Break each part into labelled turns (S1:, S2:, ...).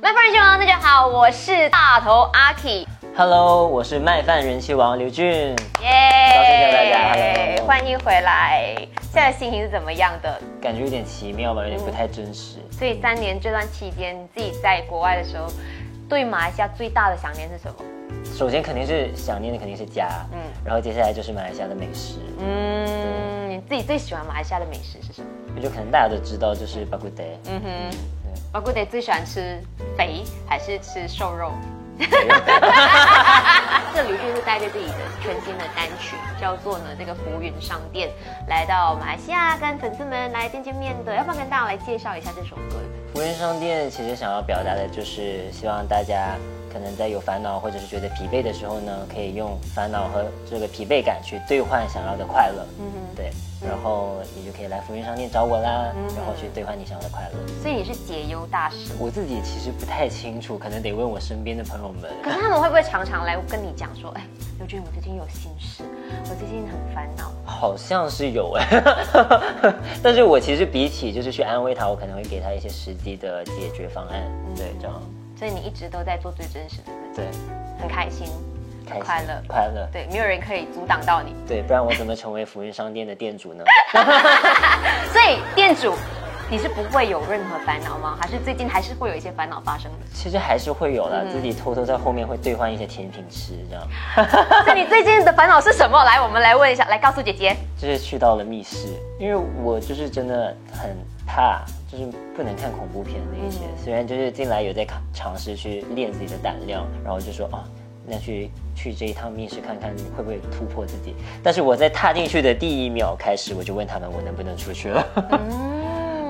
S1: 麦饭人气王，大家好，我是大头阿 K，
S2: Hello，我是麦饭人气王刘俊。
S1: 耶！
S2: 谢大家 hello
S1: 欢迎回来。现在心情是怎么样的？
S2: 感觉有点奇妙吧，有点不太真实。
S1: 所以三年这段期间，你自己在国外的时候，对马来西亚最大的想念是什么？
S2: 首先肯定是想念的肯定是家，
S1: 嗯
S2: 嗯，然后接下来就是马来西亚的美食，
S1: 嗯，你自己最喜欢马来西亚的美食是什么？
S2: 我就可能大家都知道就是巴古德，
S1: 嗯哼，我姑得最喜欢吃肥还是吃瘦肉？ 这里就是带着自己的全新的单曲，叫做呢这个浮云商店，来到马来西亚跟粉丝们来见见面的，要不要跟大家来介绍一下这首歌？
S2: 福源商店其实想要表达的就是希望大家可能在有烦恼或者是觉得疲惫的时候呢，可以用烦恼和这个疲惫感去兑换想要的快乐，
S1: 嗯哼，嗯
S2: 对，然后你就可以来福源商店找我啦，然后去兑换你想要的快乐。
S1: 所以你是解忧大师，
S2: 我自己其实不太清楚，可能得问我身边的朋友们。
S1: 可是他们会不会常常来跟你讲说，哎，刘俊，我最近有心事，我最近很烦恼，
S2: 好像是有 哎、但是我其实比起就是去安慰他，我可能会给他一些实际的解决方案。对，这样
S1: 所以你一直都在做最真实的自己，
S2: 对，
S1: 很开心，
S2: 开
S1: 很
S2: 心
S1: 快乐，
S2: 快乐，
S1: 对，没有人可以阻挡到你。
S2: 对，不然我怎么成为福运商店的店主呢？
S1: 所以店主，你是不会有任何烦恼吗？还是最近还是会有一些烦恼发生的？
S2: 其实还是会有
S1: 嗯
S2: 啦，自己偷偷在后面会兑换一些甜品吃，这样
S1: 所以你最近的烦恼是什么？来，我们来问一下，来告诉姐姐。
S2: 就是去到了密室，因为我就是真的很怕，就是不能看恐怖片那一些。
S1: 嗯
S2: 虽然就是近来有在尝尝试去练自己的胆量，然后就说啊，那去去这一趟密室看看会不会突破自己。但是我在踏进去的第一秒开始，我就问他们我能不能出去了。
S1: 嗯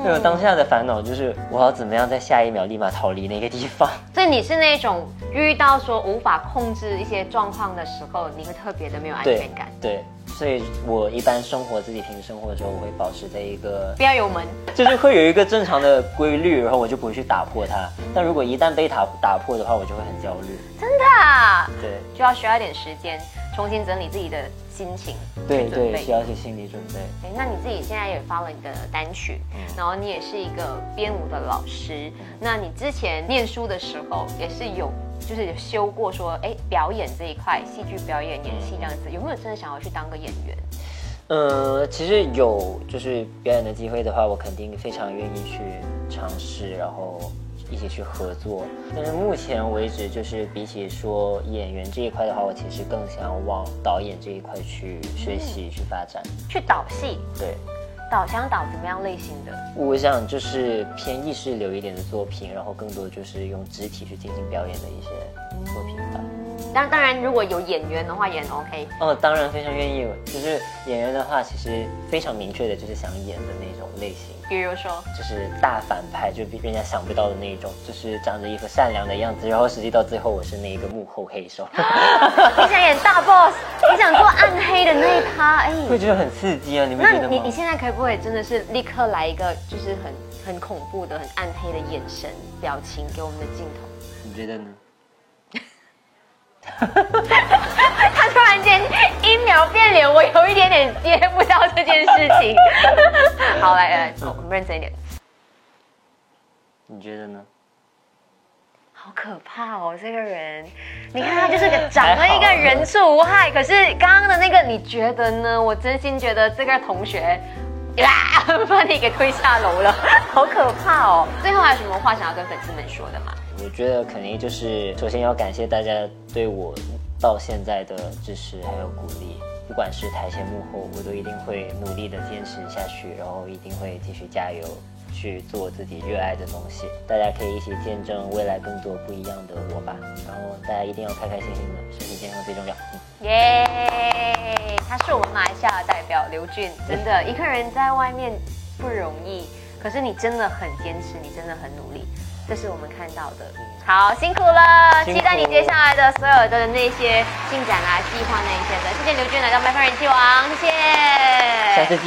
S2: 对我当下的烦恼就是我要怎么样在下一秒立马逃离那个地方。
S1: 所以你是那种遇到说无法控制一些状况的时候，你会特别的没有安
S2: 对
S1: 全感，
S2: 对，所以我一般生活自己平时生活的时候，我会保持在一个
S1: 不要油门。
S2: 就是会有一个正常的规律，然后我就不会去打破它。但如果一旦被打打破的话，我就会很焦虑。
S1: 啊，
S2: 对
S1: 就要需要一点时间重新整理自己的心情。
S2: 对
S1: 准备
S2: 对，需要一些心理准备。
S1: 诶那你自己现在也发了你的单曲，然后你也是一个编舞的老师。那你之前念书的时候也是有，就是有修过说，哎，表演这一块，戏剧表演、演戏这样子，有没有真的想要去当个演员？
S2: 呃，其实有就是表演的机会的话，我肯定非常愿意去尝试，然后一起去合作。但是目前为止，就是比起说演员这一块的话，我其实更想要往导演这一块去学习、去发展。
S1: 去导戏，
S2: 对。
S1: 导想导怎么样类型的？
S2: 我想就是偏意识流一点的作品，然后更多就是用肢体去进行表演的一些作品吧。
S1: 当当然，如果有演员的话也很 OK。
S2: 哦，当然非常愿意，就是演员的话，其实非常明确的就是想演的那种类型，
S1: 比如说，
S2: 就是大反派，就比人家想不到的那一种，就是长着一副善良的样子，然后实际到最后我是那一个幕后黑手，
S1: 你想演大 boss，你想做暗黑的那一趴，哎。
S2: 会觉得很刺激啊！你会觉
S1: 那
S2: 得
S1: 你你
S2: 吗？
S1: 现在可不可以真的是立刻来一个就是很很恐怖的、很暗黑的眼神、表情给我们的镜头？
S2: 你觉得呢？
S1: 哎他突然间一秒变脸，我有一点点接不到这件事情。 好，来来，我们认真一点。
S2: 你觉得呢？
S1: 好可怕哦，这个人，你看他就是个长了一个人畜无害，可是刚刚的那个，你觉得呢？我真心觉得这个同学，呀， 把你给推下楼了， 好可怕哦。最后还有什么话想要跟粉丝们说的吗？
S2: 我觉得肯定就是，首先要感谢大家对我到现在的支持还有鼓励，不管是台前幕后，我都一定会努力的坚持下去，然后一定会继续加油去做自己热爱的东西。大家可以一起见证未来更多不一样的我吧。然后大家一定要开开心心的，身体健康最重要。嗯
S1: 耶、他是我们马来西亚的代表刘俊，真的一个人在外面不容易，可是你真的很坚持，你真的很努力，这是我们看到的。好，辛苦了，
S2: 辛苦
S1: 期待你接下来的所有的那些进展啊、计划那一些的。谢谢刘俊来到麦饭人气王，谢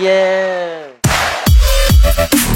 S1: 谢。
S2: 下次见。